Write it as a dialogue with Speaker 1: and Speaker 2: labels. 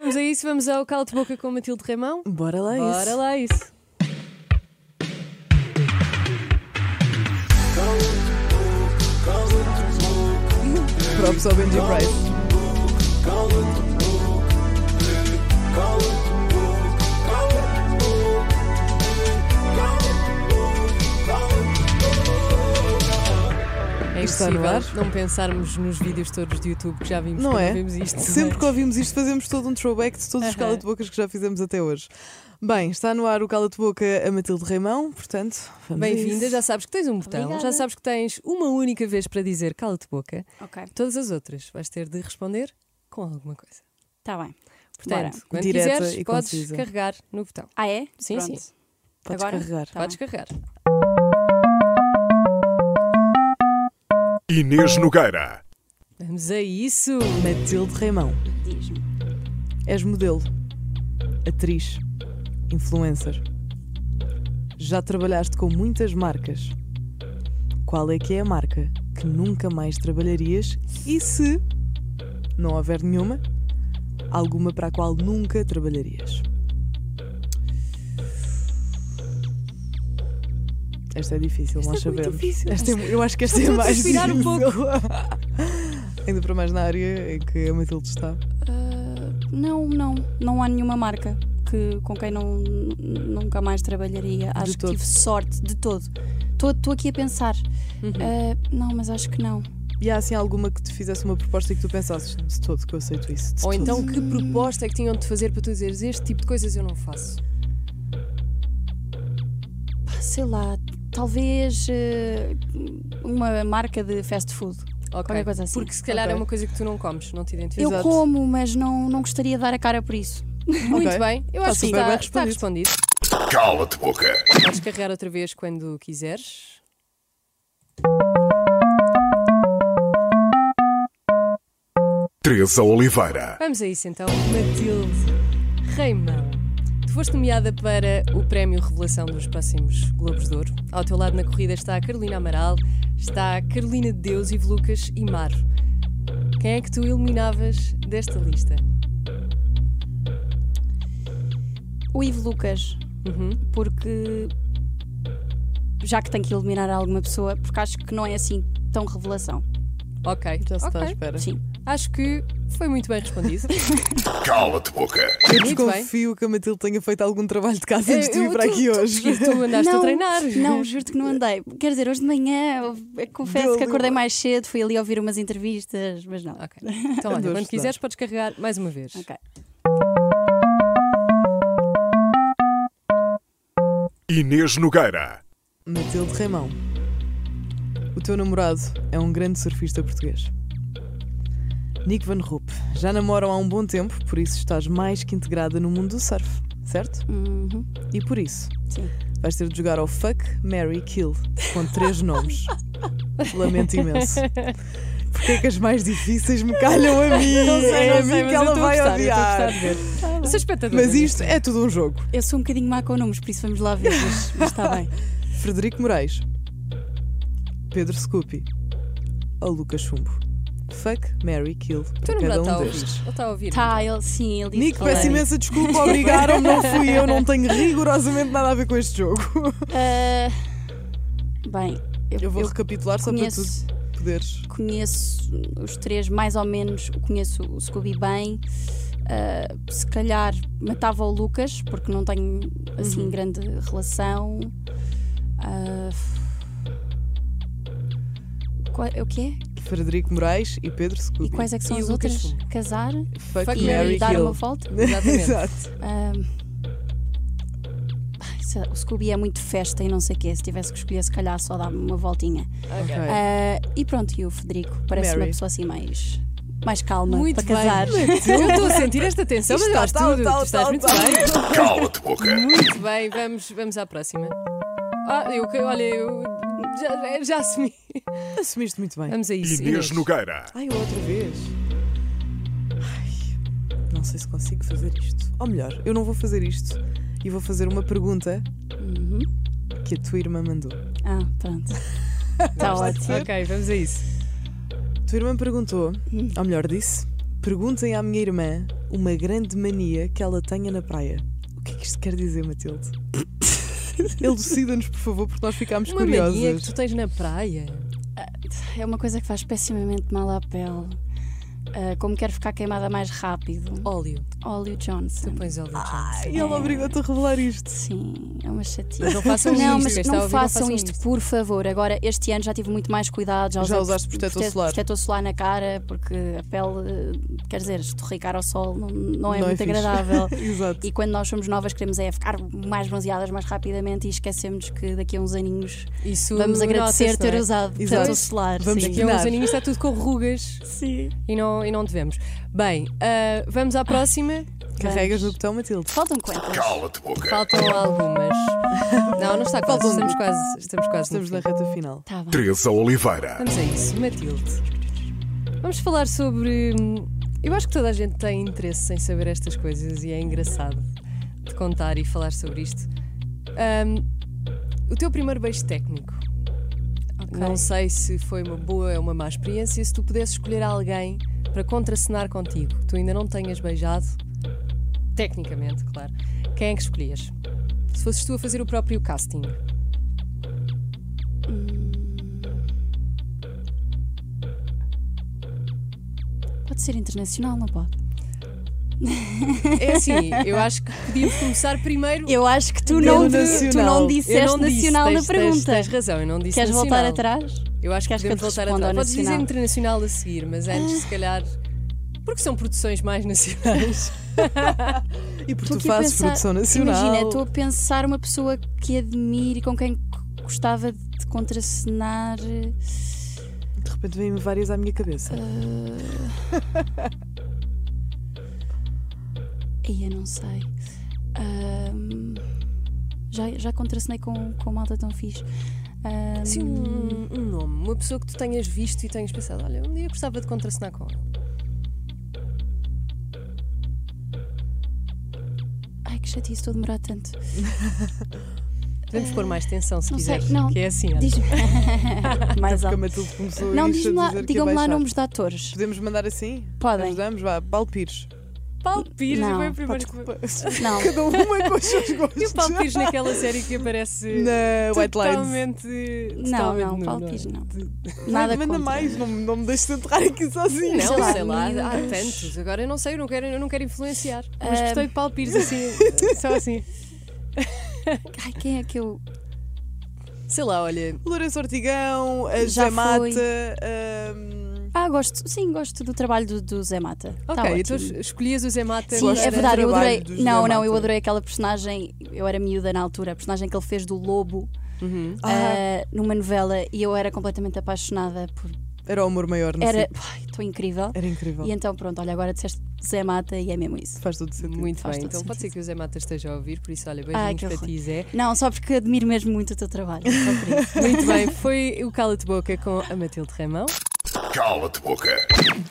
Speaker 1: Vamos a isso, vamos ao Cala-te Boca com Matilde Raimão.
Speaker 2: Bora lá É isso.
Speaker 1: Bora lá isso.
Speaker 2: Props ao Benji Price.
Speaker 1: É
Speaker 2: Está no
Speaker 1: impossível
Speaker 2: ar?
Speaker 1: não pensarmos nos vídeos todos do YouTube que já vimos
Speaker 2: Não
Speaker 1: quando
Speaker 2: é?
Speaker 1: vimos isto.
Speaker 2: Sempre que ouvimos isto, fazemos todo um throwback de todos os
Speaker 1: Aham.
Speaker 2: cala de bocas que já fizemos até hoje. Bem, está no ar o cala de boca a Matilde Raimão, portanto, vamos a
Speaker 1: Bem-vinda,
Speaker 2: isso.
Speaker 1: já sabes que tens um botão,
Speaker 3: Obrigada.
Speaker 1: já sabes que tens uma única vez para dizer cala-te boca.
Speaker 3: Ok,
Speaker 1: Todas as outras vais ter de responder com alguma coisa.
Speaker 3: está Tá bem.
Speaker 1: Portanto,
Speaker 3: Bora.
Speaker 1: quando
Speaker 2: Direta
Speaker 1: quiseres,
Speaker 2: e
Speaker 1: podes
Speaker 2: concisa.
Speaker 1: carregar no botão.
Speaker 3: Ah, é?
Speaker 1: Sim,
Speaker 3: Pronto.
Speaker 1: sim.
Speaker 2: Podes
Speaker 3: Agora?
Speaker 2: carregar.
Speaker 3: Tá
Speaker 1: podes
Speaker 3: bem.
Speaker 1: carregar.
Speaker 4: Inês Nogueira.
Speaker 1: Vamos a isso.
Speaker 2: Matilde Raimão,
Speaker 3: Diz-me.
Speaker 2: és modelo, atriz, influencer. Já trabalhaste com muitas marcas. Qual é que é a marca que nunca mais trabalharias e se não houver nenhuma, alguma para a qual nunca trabalharias? Esta é difícil,
Speaker 1: Esta
Speaker 2: nós
Speaker 1: é muito
Speaker 2: sabemos.
Speaker 1: difícil.
Speaker 2: Esta é mu- eu acho que esta é
Speaker 1: Estou a
Speaker 2: mais
Speaker 1: transpirar um
Speaker 2: difícil. Ainda para mais na área em que a Matilde está.
Speaker 3: Ah, não, não. Não há nenhuma marca que, com quem não, n- nunca mais trabalharia. Acho que
Speaker 2: todo.
Speaker 3: tive sorte de todo. Estou aqui a pensar.
Speaker 1: Uhum.
Speaker 2: Hum.
Speaker 3: Ah, não, mas acho que não.
Speaker 2: E há assim alguma que te fizesse uma proposta e que tu pensasses de todo que eu aceito isso? de
Speaker 1: Ou
Speaker 2: todo."
Speaker 1: então, que proposta é que tinham de fazer para tu dizeres este tipo de coisas eu não faço?
Speaker 3: Pá, sei lá, talvez ah, uma marca de fast food.
Speaker 1: Ok.
Speaker 3: Qualquer coisa assim.
Speaker 1: Porque se calhar
Speaker 2: Ok.
Speaker 1: é uma coisa que tu não comes, não te identificas.
Speaker 3: Eu
Speaker 2: Exato.
Speaker 3: como, mas não, não gostaria de dar a cara por isso.
Speaker 1: Muito
Speaker 2: Ok.
Speaker 1: bem, eu
Speaker 2: Está
Speaker 1: acho que
Speaker 2: super
Speaker 1: está,
Speaker 2: bem
Speaker 1: está respondido.
Speaker 4: Cala-te boca.
Speaker 1: Podes carregar outra vez quando quiseres.
Speaker 4: Teresa Oliveira.
Speaker 1: Vamos a isso então, Matilde Reimão. Tu foste nomeada para o Prémio Revelação dos próximos Globos de Ouro. Ao teu lado na corrida está a Carolina Amaral, está a Carolina de Deus, Ivo Lucas e Maro. Quem é que tu eliminavas desta lista?
Speaker 3: O Ivo Lucas,
Speaker 1: Uhum.
Speaker 3: porque já que tenho que eliminar alguma pessoa, porque acho que não é assim tão revelação.
Speaker 1: Ok,
Speaker 2: Já
Speaker 1: ok.
Speaker 2: se está à espera.
Speaker 3: Sim.
Speaker 1: Acho que foi muito bem respondido.
Speaker 4: Cala-te boca.
Speaker 2: Eu
Speaker 1: Muito
Speaker 2: desconfio que a Matilde tenha feito algum trabalho de casa antes de vir
Speaker 1: Eu-
Speaker 2: para
Speaker 1: tu-
Speaker 2: aqui
Speaker 1: tu-
Speaker 2: hoje.
Speaker 1: Tu andaste a treinar.
Speaker 3: Não, juro que não andei. Quer dizer, hoje de manhã, eu confesso
Speaker 2: Deu
Speaker 3: que
Speaker 2: ali
Speaker 3: acordei
Speaker 2: uma-
Speaker 3: mais cedo, fui ali ouvir umas entrevistas, mas não.
Speaker 1: Ok. Então, olha,
Speaker 2: Andou a
Speaker 1: quando
Speaker 2: estudar.
Speaker 1: quiseres, podes carregar mais uma vez.
Speaker 3: Ok.
Speaker 4: Inês Nogueira.
Speaker 2: Matilde Raimão, o teu namorado é um grande surfista português. Nick Van Roop, já namoram há um bom tempo, por isso estás mais que integrada no mundo do surf, certo?
Speaker 3: Uhum.
Speaker 2: E por isso,
Speaker 3: Sim.
Speaker 2: vais ter de jogar ao Fuck, Mary, Kill, com três nomes. Lamento imenso. Porque é que as mais difíceis me calham a mim?
Speaker 1: Não sei,
Speaker 2: é
Speaker 1: não
Speaker 2: a mim
Speaker 1: sei, mas
Speaker 2: que
Speaker 1: eu
Speaker 2: ela
Speaker 1: estou a
Speaker 2: vai
Speaker 1: gostar, eu estou a
Speaker 2: odiar.
Speaker 1: gostar de ver. Sou espectadora.
Speaker 2: Mas isto é tudo um jogo.
Speaker 3: Eu sou um bocadinho má com números, por isso vamos lá ver, mas, mas está bem.
Speaker 2: Frederico Moraes, Pedro Scupi ou Lucas Chumbo. Fuck, Mary, Kill
Speaker 1: O teu
Speaker 2: para
Speaker 1: namorado está a
Speaker 2: cada um
Speaker 1: ouvir.
Speaker 2: destes.
Speaker 1: Ele está a ouvir.
Speaker 3: Tá, ele, sim, ele disse
Speaker 2: Nico,
Speaker 3: que falei.
Speaker 2: peço imensa desculpa, obrigaram, não fui eu, não tenho rigorosamente nada a ver com este jogo.
Speaker 3: Ah, Bem, eu,
Speaker 2: Eu vou
Speaker 3: eu
Speaker 2: recapitular só para tu
Speaker 3: conheço,
Speaker 2: poderes.
Speaker 3: conheço os três, mais ou menos, conheço o Scooby bem. Ah, se calhar matava o Lucas, porque não tenho assim grande relação. Ah, qual- é o quê?
Speaker 2: Frederico Moraes e Pedro
Speaker 3: E
Speaker 2: Scupi.
Speaker 3: quais é que são
Speaker 1: E o
Speaker 3: as
Speaker 1: Lucas
Speaker 3: outras?
Speaker 1: Fumo.
Speaker 3: Casar
Speaker 2: Fuck,
Speaker 1: Fuck,
Speaker 3: e
Speaker 2: Mary,
Speaker 3: dar
Speaker 2: Kill.
Speaker 3: uma volta?
Speaker 1: Exatamente.
Speaker 2: Exato.
Speaker 3: Ah, ai, sei lá, o Scooby é muito festa e não sei o quê. Se tivesse que escolher, se calhar só dava uma voltinha.
Speaker 1: Ok.
Speaker 2: Ok.
Speaker 3: Ah, e pronto, e o Federico parece
Speaker 2: Mary.
Speaker 3: uma pessoa assim mais, mais calma
Speaker 1: Muito
Speaker 3: para casar.
Speaker 1: bem. Eu estou a sentir esta tensão, mas
Speaker 2: Isto tá,
Speaker 1: estás
Speaker 2: está tal,
Speaker 1: tudo.
Speaker 2: tal,
Speaker 1: tu estás
Speaker 2: tal,
Speaker 1: muito
Speaker 2: tal.
Speaker 1: bem.
Speaker 4: Cala-te boca.
Speaker 1: Muito bem, vamos, vamos à próxima. Ah, eu, olha, eu já, já assumi.
Speaker 2: Assumiste muito bem.
Speaker 1: Vamos a isso.
Speaker 4: Inês Nogueira.
Speaker 2: Ai, outra vez. Ai, não sei se consigo fazer isto. Ou melhor, eu não vou fazer isto. E vou fazer uma pergunta
Speaker 3: Uhum.
Speaker 2: que a tua irmã mandou.
Speaker 3: Ah, pronto. Está ótimo.
Speaker 1: Ok, vamos a isso.
Speaker 3: Hum.
Speaker 2: A tua irmã perguntou, ou melhor, disse: Perguntem à minha irmã uma grande mania que ela tenha na praia. O que é que isto quer dizer, Matilde? Elucida-nos, por favor, porque nós ficámos
Speaker 1: Uma
Speaker 2: curiosas.
Speaker 1: mania que tu tens na praia.
Speaker 3: É uma coisa que faz pessimamente mal à pele. Ah, como quero ficar queimada mais rápido.
Speaker 1: Óleo.
Speaker 3: Óleo Johnson.
Speaker 1: Tu pões óleo Johnson.
Speaker 2: E ela obrigou-te a revelar isto.
Speaker 3: Sim, é uma chatice.
Speaker 2: Ah.
Speaker 1: Mas não façam
Speaker 3: Não,
Speaker 1: isto,
Speaker 3: mas
Speaker 1: quem está a
Speaker 3: não
Speaker 1: ouvir, não
Speaker 3: façam
Speaker 1: façam
Speaker 3: isto,
Speaker 1: um isto.
Speaker 3: por favor. Agora, este ano já tive muito mais cuidado. Já,
Speaker 2: Já
Speaker 3: usei
Speaker 2: usaste protetor
Speaker 3: prote-
Speaker 2: solar.
Speaker 3: Protetor solar na cara, porque a pele, eh, quer dizer, estorricar ao sol não, não é
Speaker 2: Não é
Speaker 3: muito
Speaker 2: fixe.
Speaker 3: agradável.
Speaker 2: Exato.
Speaker 3: E quando nós somos novas, queremos é ficar mais bronzeadas mais rapidamente e esquecemos que daqui a uns aninhos
Speaker 1: Isso
Speaker 3: vamos agradecer
Speaker 1: nota-se,
Speaker 3: ter
Speaker 1: não é?
Speaker 3: usado
Speaker 2: Exato.
Speaker 3: protetor solar.
Speaker 2: Vamos
Speaker 3: sim.
Speaker 1: Daqui a uns
Speaker 2: Nada.
Speaker 1: aninhos está tudo com rugas
Speaker 3: Sim.
Speaker 1: e não, e não devemos. Bem, ah, vamos à próxima.
Speaker 2: Carregas no botão, Matilde.
Speaker 3: Faltam quantas?
Speaker 4: Cala-te boca.
Speaker 1: Faltam algumas. Não, não está quase. Estamos quase. Estamos quase. no
Speaker 2: Estamos na
Speaker 1: fim.
Speaker 2: reta final.
Speaker 3: Tá bem.
Speaker 4: Teresa Oliveira.
Speaker 1: Vamos a isso, Matilde. Vamos falar sobre. hum, Eu acho que toda a gente tem interesse em saber estas coisas e é engraçado de contar e falar sobre isto. Hum, o teu primeiro beijo técnico.
Speaker 3: Ok.
Speaker 1: Não sei se foi uma boa ou uma má experiência. Se tu pudesses escolher alguém para contracenar contigo, que tu ainda não tenhas beijado, tecnicamente, claro, quem é que escolhias? Se fosses tu a fazer o próprio casting,
Speaker 3: Pode ser internacional, não pode?
Speaker 1: é assim, eu acho que podíamos começar primeiro.
Speaker 3: Eu acho que tu
Speaker 2: Nível
Speaker 3: não,
Speaker 2: nacional.
Speaker 3: tu não disseste
Speaker 1: Eu não disse,
Speaker 3: nacional
Speaker 1: tens-
Speaker 3: na
Speaker 1: tens-
Speaker 3: pergunta.
Speaker 1: Tens, razão, eu não disse
Speaker 3: Queres
Speaker 1: nacional.
Speaker 3: voltar atrás?
Speaker 1: Eu acho que
Speaker 3: Queres
Speaker 1: podemos
Speaker 3: que eu te
Speaker 1: voltar
Speaker 3: responda
Speaker 1: atrás.
Speaker 3: ao
Speaker 1: Podes dizer
Speaker 3: nacional?
Speaker 1: internacional a seguir, mas antes, se calhar. Porque são produções mais nacionais.
Speaker 2: E porque tu
Speaker 3: Estou aqui a
Speaker 2: fazes
Speaker 3: pensar-
Speaker 2: produção nacional.
Speaker 3: Imagina, estou a pensar uma pessoa que admire e com quem c- gostava de contracenar. eh,
Speaker 2: De repente vêm-me várias à minha cabeça.
Speaker 3: Eh, Aí eu não sei. Ahm, já, já contracenei com, com malta tão fixe. Ahm,
Speaker 1: Assim, um, um nome, uma pessoa que tu tenhas visto e tenhas pensado, olha, um dia gostava de contracenar com ela.
Speaker 3: Ai que chatice, estou a demorar tanto.
Speaker 1: Podemos pôr mais tensão se
Speaker 3: Não sei,
Speaker 1: quiseres.
Speaker 3: não.
Speaker 1: Que é assim, olha.
Speaker 3: Diz-me. Mais
Speaker 2: Porque a
Speaker 3: alto.
Speaker 2: Matilde começou
Speaker 3: Não,
Speaker 2: isto a
Speaker 3: diz-me lá,
Speaker 2: dizer que é ia
Speaker 3: digam-me lá
Speaker 2: baixar.
Speaker 3: nomes de atores.
Speaker 2: Podemos mandar assim?
Speaker 3: Podem.
Speaker 2: Ajudamos, vá. Paulo Pires.
Speaker 1: Paulo Pires,
Speaker 3: Não,
Speaker 1: foi o primeiro que-
Speaker 3: Não.
Speaker 2: Cada uma com os seus gostos.
Speaker 1: E o Paulo Pires naquela série que aparece
Speaker 2: Na White Lines.
Speaker 1: totalmente, totalmente
Speaker 3: Não, não,
Speaker 1: nu,
Speaker 3: Paulo
Speaker 1: é?
Speaker 3: Pires não. Nada
Speaker 2: Manda
Speaker 3: contra.
Speaker 2: mais, não, não me deixes enterrar aqui sozinha.
Speaker 1: Não,
Speaker 3: Sei lá,
Speaker 1: sei lá,
Speaker 3: mil-
Speaker 1: há tantos. Agora eu não sei, eu não quero, eu não quero influenciar. Mas
Speaker 3: Ah,
Speaker 1: gostei de Paulo Pires assim, só assim.
Speaker 3: Ai, quem é que eu.
Speaker 1: Sei lá, olha,
Speaker 2: Lourenço Ortigão, a
Speaker 3: Já
Speaker 2: Zé Mata. hum,
Speaker 3: fui.
Speaker 2: ahm,
Speaker 3: Ah, gosto, sim, gosto do trabalho do, do Zé Mata. Tá
Speaker 1: ok,
Speaker 3: ótimo.
Speaker 1: então escolhias o Zé Mata.
Speaker 3: Sim,
Speaker 1: para-
Speaker 2: Gosto
Speaker 3: é
Speaker 2: do
Speaker 3: verdade, eu
Speaker 2: trabalho
Speaker 3: adorei.
Speaker 2: do José
Speaker 3: Não, não, eu
Speaker 2: Mata.
Speaker 3: adorei aquela personagem. Eu era miúda na altura, a personagem que ele fez do Lobo
Speaker 1: Uhum.
Speaker 3: ah, numa novela e eu era completamente apaixonada por.
Speaker 2: Era o amor maior, não
Speaker 3: Era
Speaker 2: sei.
Speaker 3: Ai, tão incrível.
Speaker 2: Era incrível.
Speaker 3: E então, pronto, olha, agora disseste Zé Mata e é mesmo isso.
Speaker 2: Faz todo sentido.
Speaker 1: Muito
Speaker 3: Faz
Speaker 1: bem,
Speaker 3: todo
Speaker 1: então pode ser
Speaker 3: sentido.
Speaker 1: que o Zé Mata esteja a ouvir, por isso, olha, beijinhos
Speaker 3: Ai, que
Speaker 1: para
Speaker 3: horror.
Speaker 1: ti, Zé.
Speaker 3: Não, só porque admiro mesmo muito o teu trabalho. é Só por isso.
Speaker 1: Muito bem, foi o Cala-te Boca com a Matilde Ramão.
Speaker 4: Cala-te boca.